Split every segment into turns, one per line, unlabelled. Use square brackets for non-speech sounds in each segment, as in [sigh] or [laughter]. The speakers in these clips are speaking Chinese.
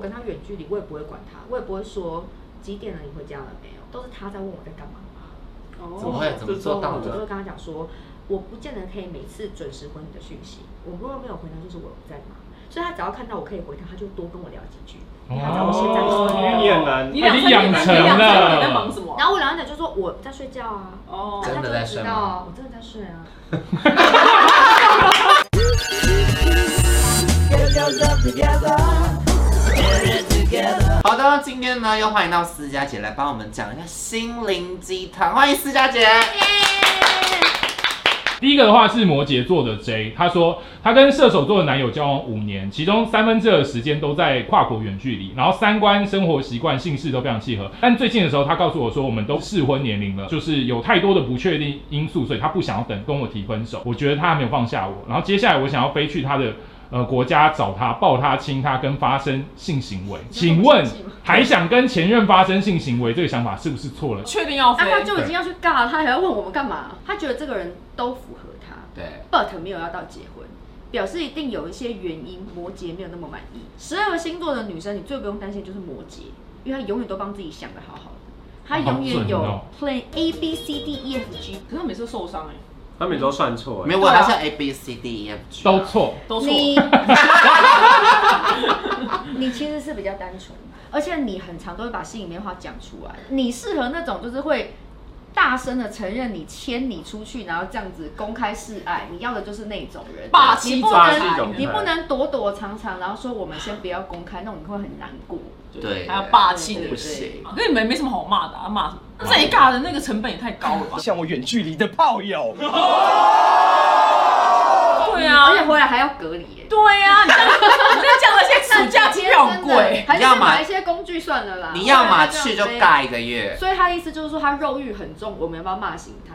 跟他远距离，我也不会管他，我也不会说几点了你回家了没有，都是他在问我在干嘛。
哦
怎么会怎么做到
我就会
的？
跟他讲说，我不见得可以每次准时回你的讯息，我如果没有回他，就是我在忙。所以他只要看到我可以回他，他就多跟我聊几句，因为他知道我现在在忙
哦
因为你很难
你两三点
你养
你
成
两三点
了
在忙什么？
然后我聊完讲就说我在睡觉啊，啊，
哦
真的
他
在
就
睡
知道
吗
啊，我真的在睡啊。
好的，今天呢又欢迎到思佳姐来帮我们讲一下心灵鸡汤，欢迎思佳姐。
第一个的话是摩羯座的 J，他说他跟射手座的男友交往五年，其中三分之二的时间都在跨国远距离，然后三观、生活习惯、姓氏都非常契合。但最近的时候，他告诉我说，我们都适婚年龄了，就是有太多的不确定因素，所以他不想要等跟我提分手。我觉得他还没有放下我，然后接下来我想要飞去他的。呃，国家找他、抱他、亲他，跟发生性行为，请问还想跟前任发生性行为这个想法是不是错了？
确定要
啊，
飞？
他就已经要去尬了，他还要问我们干嘛？他觉得这个人都符合他
对，
，but 没有要到结婚，表示一定有一些原因，摩羯没有那么满意。十二个星座的女生，你最不用担心就是摩羯，因为她永远都帮自己想的好好的，她永远有
好
plan A B C D E F G。
可是他每次都受伤哎，
他每
周算错
欸
没有，我他是 A B C D E F G，
都错，
都错。
你 [laughs] 你其实是比较单纯，而且你很常都会把心里面话讲出来。你适合那种就是会大声的承认你牵你出去，然后这样子公开示爱，你要的就是那种人，
霸气
你不
霸气总
能
裁
你不能躲躲藏藏，然后说我们先不要公开，那种你会很难过。
对
还有霸气的
不
人。
行。
啊那你们没什么好骂的啊，骂什么？那这一尬的那个成本也太高
[laughs]
了吧？
像我远距离的炮友。
对
而且
啊，
回来还要隔离耶。
对啊，你这样 [laughs] 你这样讲那些暑假机票
那
很
你今天真 [laughs]
贵
的，还是
要么
买一些工具算了啦。
你要嘛
不然这样
去就
飞
尬一个月，
所以他的意思就是说，他肉欲很重，我们要不要骂醒他？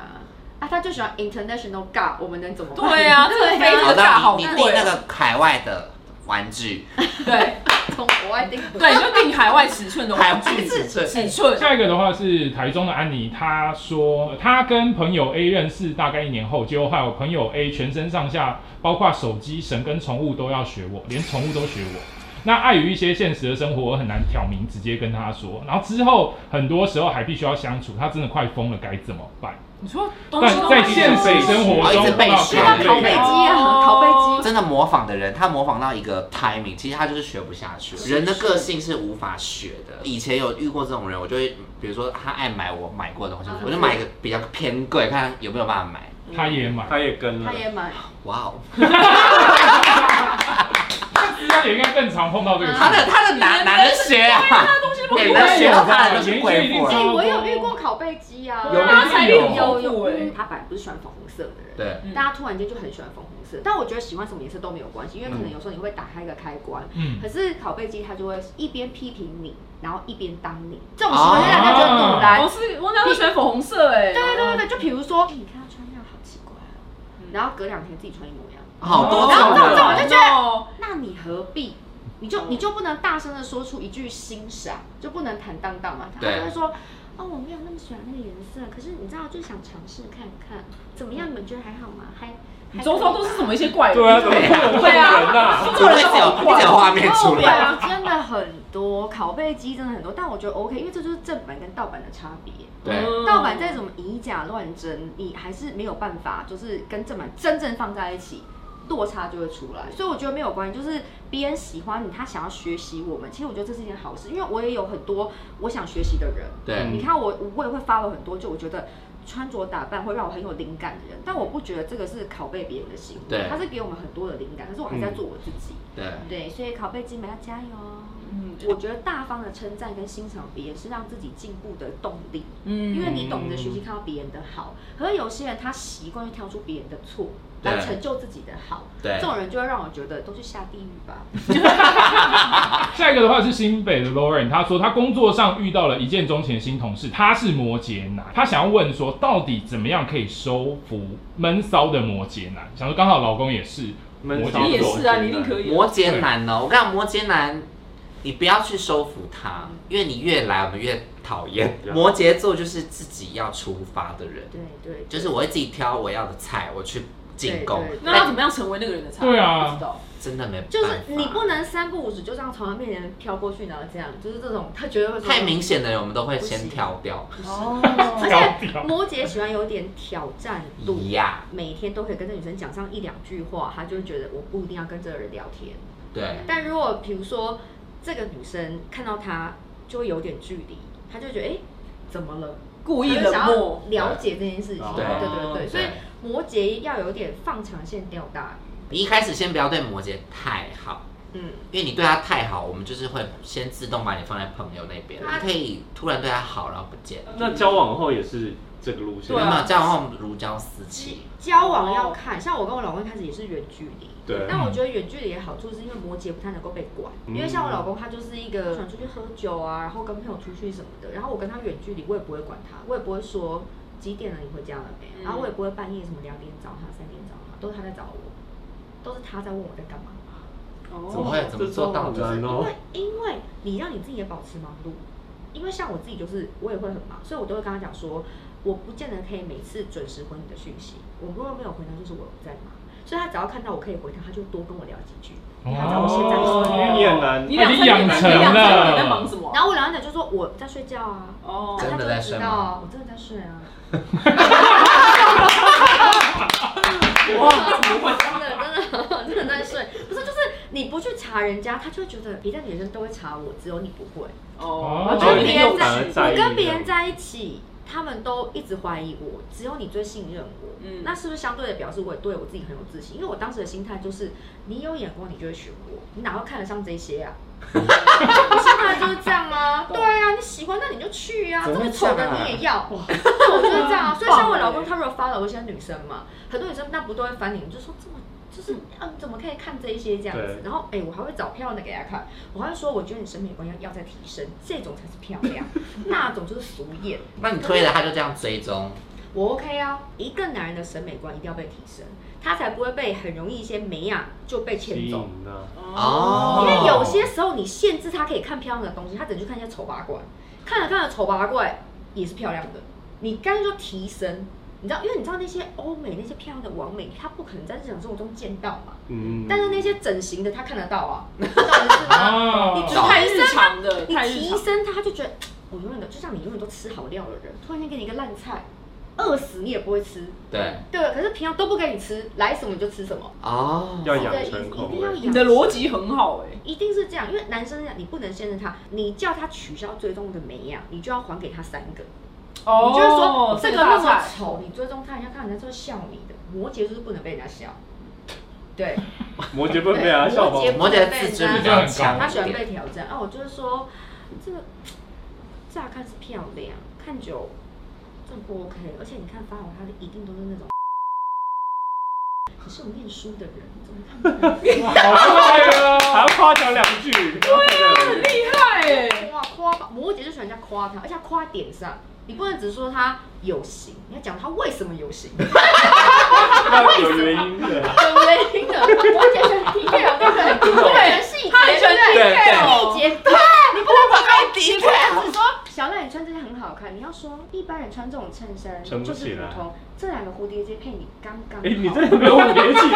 啊，他就喜欢 international 尬，我们能怎么办？[laughs]
对啊这个非
好
常
的
价好，
你
贵
你
哦
订那个海外的玩具，
对
从国外订
对，啊你就订海外尺寸的
海
玩
外 [laughs]
具，
尺寸，
尺寸
下一个的话是台中的安妮，她说她跟朋友 A 认识大概一年后，结果害我朋友 A 全身上下，包括手机、绳跟宠物都要学我，连宠物都学我。那碍于一些现实的生活，我很难挑明直接跟她说。然后之后很多时候还必须要相处，她真的快疯了，该怎么办？
你说
哦
东西
但
都
在现实生活中
哦一直被
碰到
学
考
那
虑
拷贝机啊，
哦
拷贝机。
真的模仿的人，他模仿到一个 timing，其实他就是学不下去。人的个性是无法学的。以前有遇过这种人，我就会，比如说他爱买我买过的东
嗯
西，我就买一个比较偏贵，看有没有办法买。
她也买，
他也跟了
他。也买，
哇哦，
她也应该更常碰到这个事。
他的他的男男人学啊，
对
男人学到他的都
研
是
究一
贵
定
妇
超
啊。
哎，
多
我有遇过拷贝机啊，
有啊才有
有
有
有，
欸
嗯他本来不是喜欢粉红色的人，
对，
嗯
大家突然间就很喜欢粉红色，但我觉得喜欢什么颜色都没有关系，因为可能有时候你会打开一个开关，
嗯
可，是拷贝机它就会一边批评你，然后一边当你，这种行为让人家觉得堵然
我。是我那时候喜欢粉红色哎，
对对对，就比如说，哎你看他穿那样好奇怪哦，然后隔两天自己穿一模一样，
好多
哦
这种
然后
人
我就觉得
哦
那你何必？你就你就不能大声的说出一句欣赏，就不能坦荡荡嘛？他
对
就会说，哦，我没有那么喜欢那个颜色，可是你知道，就想尝试看看，怎么样？你们觉得还好吗？还
你周遭都是什么一些怪人？
对啊，怎么会
对
有这种
啊
人呐？
怎么会只有一点画面出
对
来？
啊，真的很多，拷贝机真的很多，但我觉得 OK，因为这就是正版跟盗版的差别。
对，
嗯
盗版再怎么以假乱真，你还是没有办法，就是跟正版真正放在一起，落差就会出来。所以我觉得没有关系，就是别人喜欢你，他想要学习我们，其实我觉得这是一件好事，因为我也有很多我想学习的人。
对
你看我，我也会发了很多，就我觉得。穿着打扮会让我很有灵感的人，但我不觉得这个是拷贝别人的行为，
对嗯
他是给我们很多的灵感，可是我还是在做我自己。
对，
对，所以拷贝机们要加油哦。
嗯
我觉得大方的称赞跟欣赏别人是让自己进步的动力。
嗯
因为你懂得学习看到别人的好，可是有些人他习惯于挑出别人的错
对
来成就自己的好，
对
这种人就会让我觉得都去下地狱吧。
下一个的话是新北的 Lauren，他说他工作上遇到了一见钟情的新同事，他是摩羯男，他想要问说到底怎么样可以收服闷骚的摩羯男？想说刚好老公也是
闷
摩
骚
你
羯
也
座
是，啊，你一定可以啊。
摩羯男呢？我跟你讲，摩羯男，你不要去收服他，因为你越来我们越讨厌。摩羯座就是自己要出发的人，
对对，
就是我会自己挑我要的菜，我去进攻，
对对
那要怎么样成为那个人的菜？
对啊
不知道。
真的没办法
就是你不能三不五时就这样从他面前飘过去，然后这样，就是这种他绝对会说
太明显的人，我们都会先挑掉。
哦，
而且摩羯喜欢有点挑战度，
呀，
每天都可以跟这女生讲上一两句话，他就会觉得我不一定要跟这个人聊天。
对，
但如果比如说这个女生看到他就会有点距离，他就觉得哎、诶怎么了？
故
我
意冷漠。
了解这件事情。
对
对对对，
对
所以摩羯要有点放长线钓大鱼。
你一开始先不要对摩羯太好，
嗯，
因为你对他太好，我们就是会先自动把你放在朋友那边。你可以突然对他好，然后不见了，
那交往后也是这个路
对
线
那
啊
么这样的话，我们如胶似漆。
交往要看，像我跟我老公一开始也是远距离。
对
但我觉得远距离的好处是因为摩羯不太能够被管，
嗯
因为像我老公他就是一个喜欢出去喝酒啊，然后跟朋友出去什么的，然后我跟他远距离，我也不会管他，我也不会说几点了你回家了没，
嗯
然后我也不会半夜什么两点找他、三点找他，都是他在找我，都是他在问我在干嘛，
怎
哦
么会怎么做到
这招
的
好难
因
哦
为因为你让你自己也保持忙碌，因为像我自己就是我也会很忙，所以我都会跟他讲说，我不见得可以每次准时回你的讯息，我如果没有回他就是我在忙，所以他只要看到我可以回他，他就多跟我聊几句，因为他知道我现在
哦
是
因为你很难
你两三年前，你两三年前在忙什么？
然后我聊完讲就说我在睡觉啊，
哦，
真的在睡吗
然后他就会知道我真的在睡啊，
哇，怎么会？
真的真的 [laughs] 真的在睡，不是就是你不去查人家，他就会觉得一旦女生都会查我，只有你不会。
哦，
我
我觉得
觉得
别
你
人
有
在
在
我
意
跟别人在一起，他们都一直怀疑我，只有你最信任我。
嗯
那是不是相对的表示我也对我自己很有自信？因为我当时的心态就是，你有眼光，你就会选我，你哪会看得上这些 [laughs] 啊？我心态就是这样啊， [laughs] 对啊，你喜欢那你就去啊，
怎
这
么
么
会
丑
这
的
样啊
你也
[laughs]
要，对，我就是这样啊。所以像我老
棒
公，
欸
他如果发了一些女生嘛，很多女生那不都会翻脸，就说这么。就是啊，你怎么可以看这一些这样子
对？
然后哎、我还会找漂亮的给他看，我还会说，我觉得你审美观要要再提升，这种才是漂亮，那种就是俗艳。
那你推了，他就这样追踪，
我 OK 啊，一个男人的审美观一定要被提升，他才不会被很容易一些美啊就被
吸
牵
引
走。
啊，
哦
因为有些时候你限制他可以看漂亮的东西，他只能去看一些丑八怪，看了看了丑八怪也是漂亮的，你干脆就提升。你知道，因为你知道那些欧美那些漂亮的完美，他不可能在日常生活中见到嘛。
嗯
但是那些整形的他看得到啊，你懂吗
哦
你
就
只
是太日常的，
你
太日
提
常。
升他，他就觉得哎我永远都就像你永远都吃好料的人，突然间给你一个烂菜，饿死你也不会吃。
对，
对，可是平常都不给你吃，来什么你就吃什么。
哦，
要养
对，一
成口
一定要
味，
养。
你的逻辑很好哎、
一定是这样，因为男生是这样你不能限制他，你叫他取消追踪的美样，你就要还给他三个。
哦
你就是说哦这个那么丑，你追踪他，人家看人家就会笑你的。摩羯就是不能被人家笑，对，
摩羯不会被他笑
摩
吗？
羯
摩羯的自尊比较强
他喜
一
欢
点，
被挑战。啊，我就是说，这个乍看是漂亮，看久这的不 OK。而且你看发红，他的一定都是那种。可是我念书的人，怎么看不出来？ [laughs]
好帅
还
哦！
要夸奖两句，对啊，
厉害哎、
哇，啊夸吧，摩羯就喜欢人家夸他，而且要夸点上，你不能只说他有型，你要讲他为什么有型，
要有原因的，
有原因的。摩羯喜欢 detail，对不对？不能细节，
他也喜欢
对不对
detail
细节，对，你不能把它
低
你不能只说小赖你穿这件很好看，你要说一般人穿这种衬衫
撑不
就
起
是
来
普通，这两个蝴蝶结配你刚刚好。
哎，你真的没
[laughs]
有蝴蝶结，
你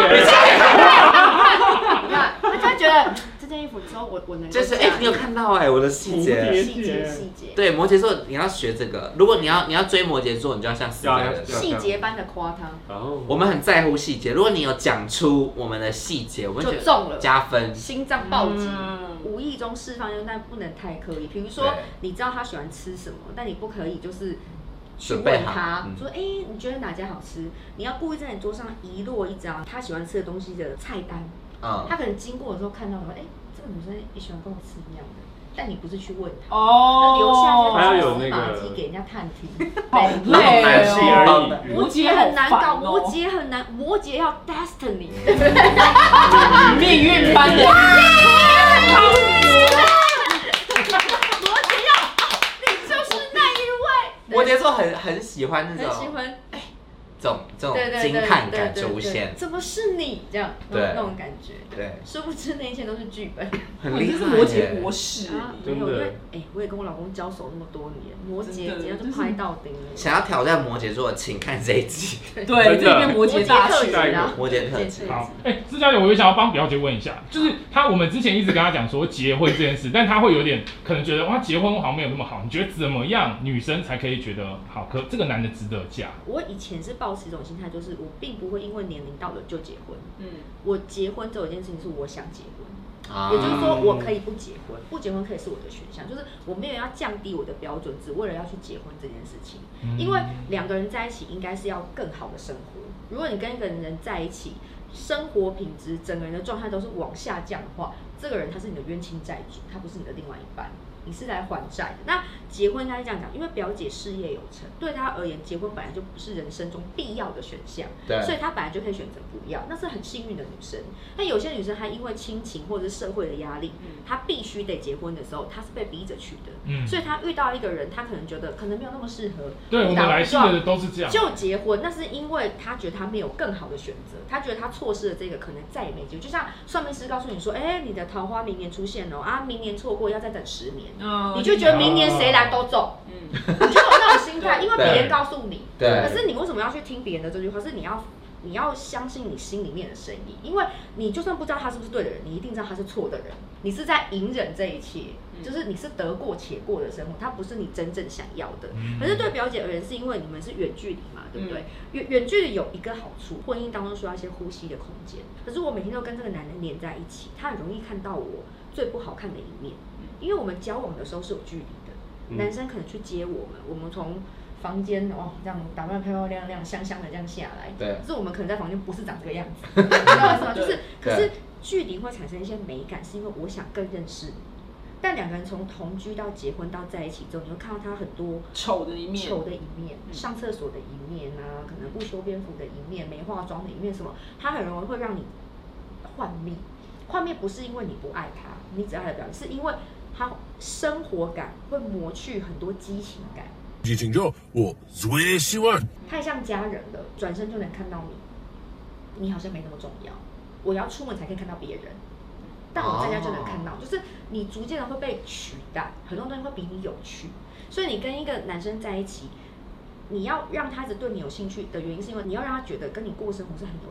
看，他就会觉得这件衣服只有我我能够
就是
驾驭
哎，你有看到哎我的细
蝴
节
蝶。
细节细节
对摩羯座，你要学这个。如果你要你要追摩羯座，你就要像四个
要
人
要。
细节般的夸他，
然后
我们很在乎细节，如果你有讲出我们的细节，我们
就
觉得
中了。
加分。
心脏暴击，
嗯
无意中释放，但不能太刻意。比如说
对，
你知道他喜欢吃什么，但你不可以就是去
准备
问
好
他
嗯
说：“哎、你觉得哪家好吃？”你要故意在你桌上遗落一张他喜欢吃的东西的菜单。
嗯，
他可能经过的时候看到说：“哎、这个女生也喜欢跟我吃一样的。”
哦
但你不是去问他，
哦，
留下
还要
一些蛛
有
丝
那个
马迹给人家探
[laughs]
听。
好
浪
累
漫
戏而
哦。
已，
摩羯很难搞，摩羯很难，摩羯要
[laughs]
destiny。
命运般的，
啊
摩羯要， [laughs] 你就是那一位。
[laughs] 摩羯座很很喜欢那
很喜
种
欢。
这种这种
对对对
惊叹感
对对
出
对
现，
怎么是你这样那
对
种那种感觉？
对，
殊不知那一切都是剧本。
很
哇
厉
你
害
这是
耶。
摩羯博士，
啊，没
真
有，因
的
为哎、我也跟我老公交手那么多年，摩羯
真的
只要
就是 [laughs]
拍到顶了。
想要挑战摩羯座，的，请看这一
[laughs]
集
对，这边摩羯大
特
学
辑
下一
啊
个，
摩羯特辑
辑
好，哎、施教练，我也想要帮表姐问一下，就是她，我们之前一直跟她讲说结婚这件事，但她会有点可能觉得哇，结婚好像没有那么好。你觉得怎么样女生才可以觉得好？可这个男的值得嫁？
我以前是抱持一种心态，就是我并不会因为年龄到了就结婚。
嗯，
我结婚只有一件事情是我想结婚，
啊
也就是说我可以不结婚，不结婚可以是我的选项，就是我没有要降低我的标准，只为了要去结婚这件事情。因为两个人在一起应该是要更好的生活。如果你跟一个人在一起，生活品质、整个人的状态都是往下降的话，这个人他是你的冤亲债主，他不是你的另外一半，你是来还债的。那结婚应该是这样讲，因为表姐事业有成，对她而言，结婚本来就不是人生中必要的选项。
啊对
所以她本来就可以选择不要，那是很幸运的女生。但有些女生她因为亲情或者是社会的压力，她必须得结婚的时候，她是被逼着去的。
嗯
所以她遇到一个人，她可能觉得可能没有那么适合，
对我
误
们
打
来
误
信
撞
的都是这样，
就结婚，那是因为她觉得她没有更好的选择，她觉得她错失了这个，可能再也没机会。就像算命师告诉你说，哎、你的桃花明年出现哦，啊，明年错过要再等十年，
嗯
你就觉得明年谁来都中。
嗯，
你就有那种心态，因为别人
对
告诉你。
对
可是你为什么要去听别人的这句话？是你要你要相信你心里面的声音，因为你就算不知道他是不是对的人，你一定知道他是错的人。你是在隐忍这一切，
嗯
就是你是得过且过的生活，它不是你真正想要的。
嗯
可是对表姐而言，是因为你们是远距离嘛，对不对
嗯？
远远距离有一个好处，婚姻当中需要一些呼吸的空间。可是我每天都跟这个男人黏在一起，他很容易看到我最不好看的一面，因为我们交往的时候是有距离的。
嗯
男生可能去接我们，我们从房间哦这样打扮漂漂亮亮、香香的这样下来，
对
可是我们可能在房间不是长这个样子，
[laughs]
你知道为什么？就是可
对
是距离会产生一些美感，是因为我想更认识你。但两个人从同居到结婚到在一起之后，你会看到他很多
丑的一面，
丑的一面，
嗯
上厕所的一面啊，可能不修边幅的一面，没化妆的一面什么，它很容易会让你幻灭。幻灭不是因为你不爱他，你只爱他的表现，是因为他生活感会磨去很多激情感，
疫情之后，我最希望
太像家人了，转身就能看到你，你好像没那么重要，我要出门才可以看到别人。但我在家就能看到
哦
就是你逐渐的会被取代，很多东西会比你有趣。所以你跟一个男生在一起，你要让他一直对你有兴趣的原因，是因为你要让他觉得跟你过生活是很有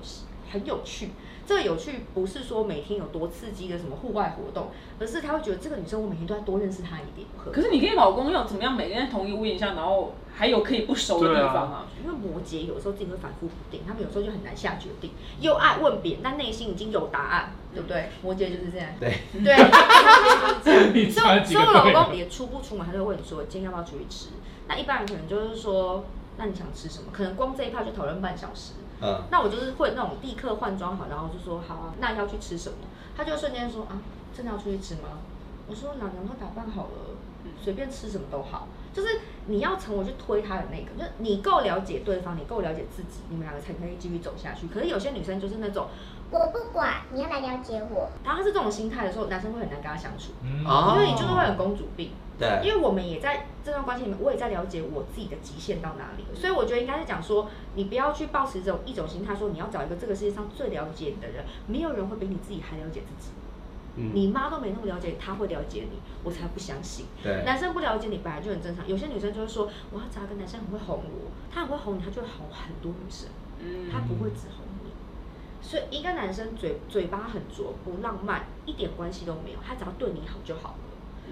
很有趣。这个有趣不是说每天有多刺激的什么户外活动，而是他会觉得这个女生我每天都要多认识她一点。
可是你跟你老公要怎么样，每个人在同一个屋檐下，然后还有可以不熟的地方啊？
因为摩羯有时候自己会反复不定，他们有时候就很难下决定，又爱问别人，但内心已经有答案，对不对？摩羯就是这样。
对
对，他
[laughs]
们就是
你
这样。所以，所
讲了
以
几
我
个
老
对
公也出不出门，他就会问你说今天要不要出去吃。那一般人可能就是说，那你想吃什么？可能光这一趴就讨论半小时。
嗯，
那我就是会那种立刻换装好，然后就说好啊，那要去吃什么？他就会瞬间说啊，真的要出去吃吗？我说老娘都打扮好了，随便吃什么都好。就是你要成为去推他的那个，就是你够了解对方，你够了解自己，你们两个才可以继续走下去。可是有些女生就是那种，
我不管，你要来了解我。
当她是这种心态的时候，男生会很难跟她相处，
嗯
哦
因为你就是会有公主病。因
对，
为我们也在这段关系里面，我也在了解我自己的极限到哪里了，所以我觉得应该是讲说，你不要去抱持这种一种心态，说你要找一个这个世界上最了解你的人，没有人会比你自己还了解自己，
嗯，
你妈都没那么了解你，她会了解你，我才不相信。
对
男生不了解你本来就很正常，有些女生就会说，我要找一个男生很会哄我，他很会哄你，他就会哄很多女生。
嗯，
他不会只哄你。所以一个男生嘴嘴巴很拙，不浪漫，一点关系都没有，他只要对你好就好了。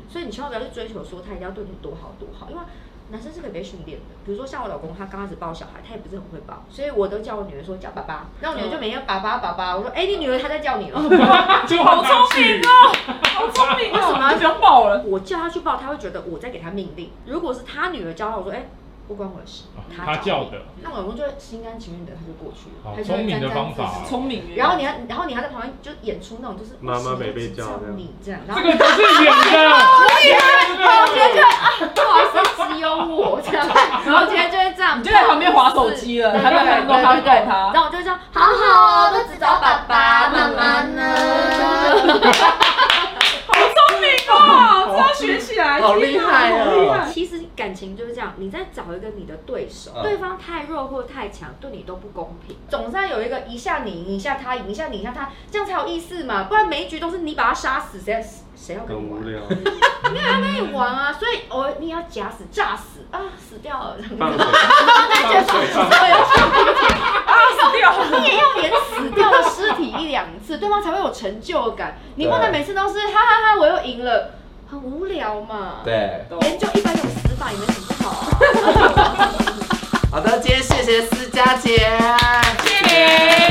所以你千万不要去追求说他一定要对你多好多好，因为男生是可以被训练的。比如说像我老公，他刚开始抱小孩，他也不是很会抱，所以我都叫我女儿说叫爸爸，那我女儿就每天爸爸爸爸，我说哎、你女儿她在叫你哦了。
啊就
好
好
聪明哦， [laughs] 好聪明哦，
为什么要
不要爆了？
我叫他去抱，他会觉得我在给他命令。如果是他女儿教他，我说哎、不关我的事，
他
叫
哦叫
你
的，
那我老公就会心甘情愿的他就过去
好
了，他就会
聪明的
沾沾
方法
自喜
哦
聪明耶，
然后你还，然后你还在旁边就演出那种就是
妈妈没被叫
我是一个智障你这样，然
这
后
个不是
[laughs]
演的，
然后今天就啊，不好意思，只有我这样，然后今天就会这样，
你就在旁边划手机了
对
还没有看到他
对对对
抱他
然后我就会这样，好好，都只找爸爸妈妈呢。
好聪明哦，这要学起来来，
好
天
厉
哪
害
好
哦
厉害！
其实感情就是这样，你在找一个你的对手，
嗯
对方太弱或太强，对你都不公平。总是要有一个一下你赢，一下他赢，一下你赢，一下他，这样才有意思嘛。不然每一局都是你把他杀死，谁谁要
很
跟你
无
玩？
聊，
跟你玩啊！所以偶尔你也要假死、炸死啊，死掉了，
放水，
再
放
放
水，放
我要
啊，死掉了！
你也要连死掉的尸体一两次，对方才会有成就感。你不能每次都是哈哈哈，我又赢了，很无聊嘛。
对，
研
啊
究一般种死法也没什么不好啊。
好的，今天谢谢思佳姐。
谢谢。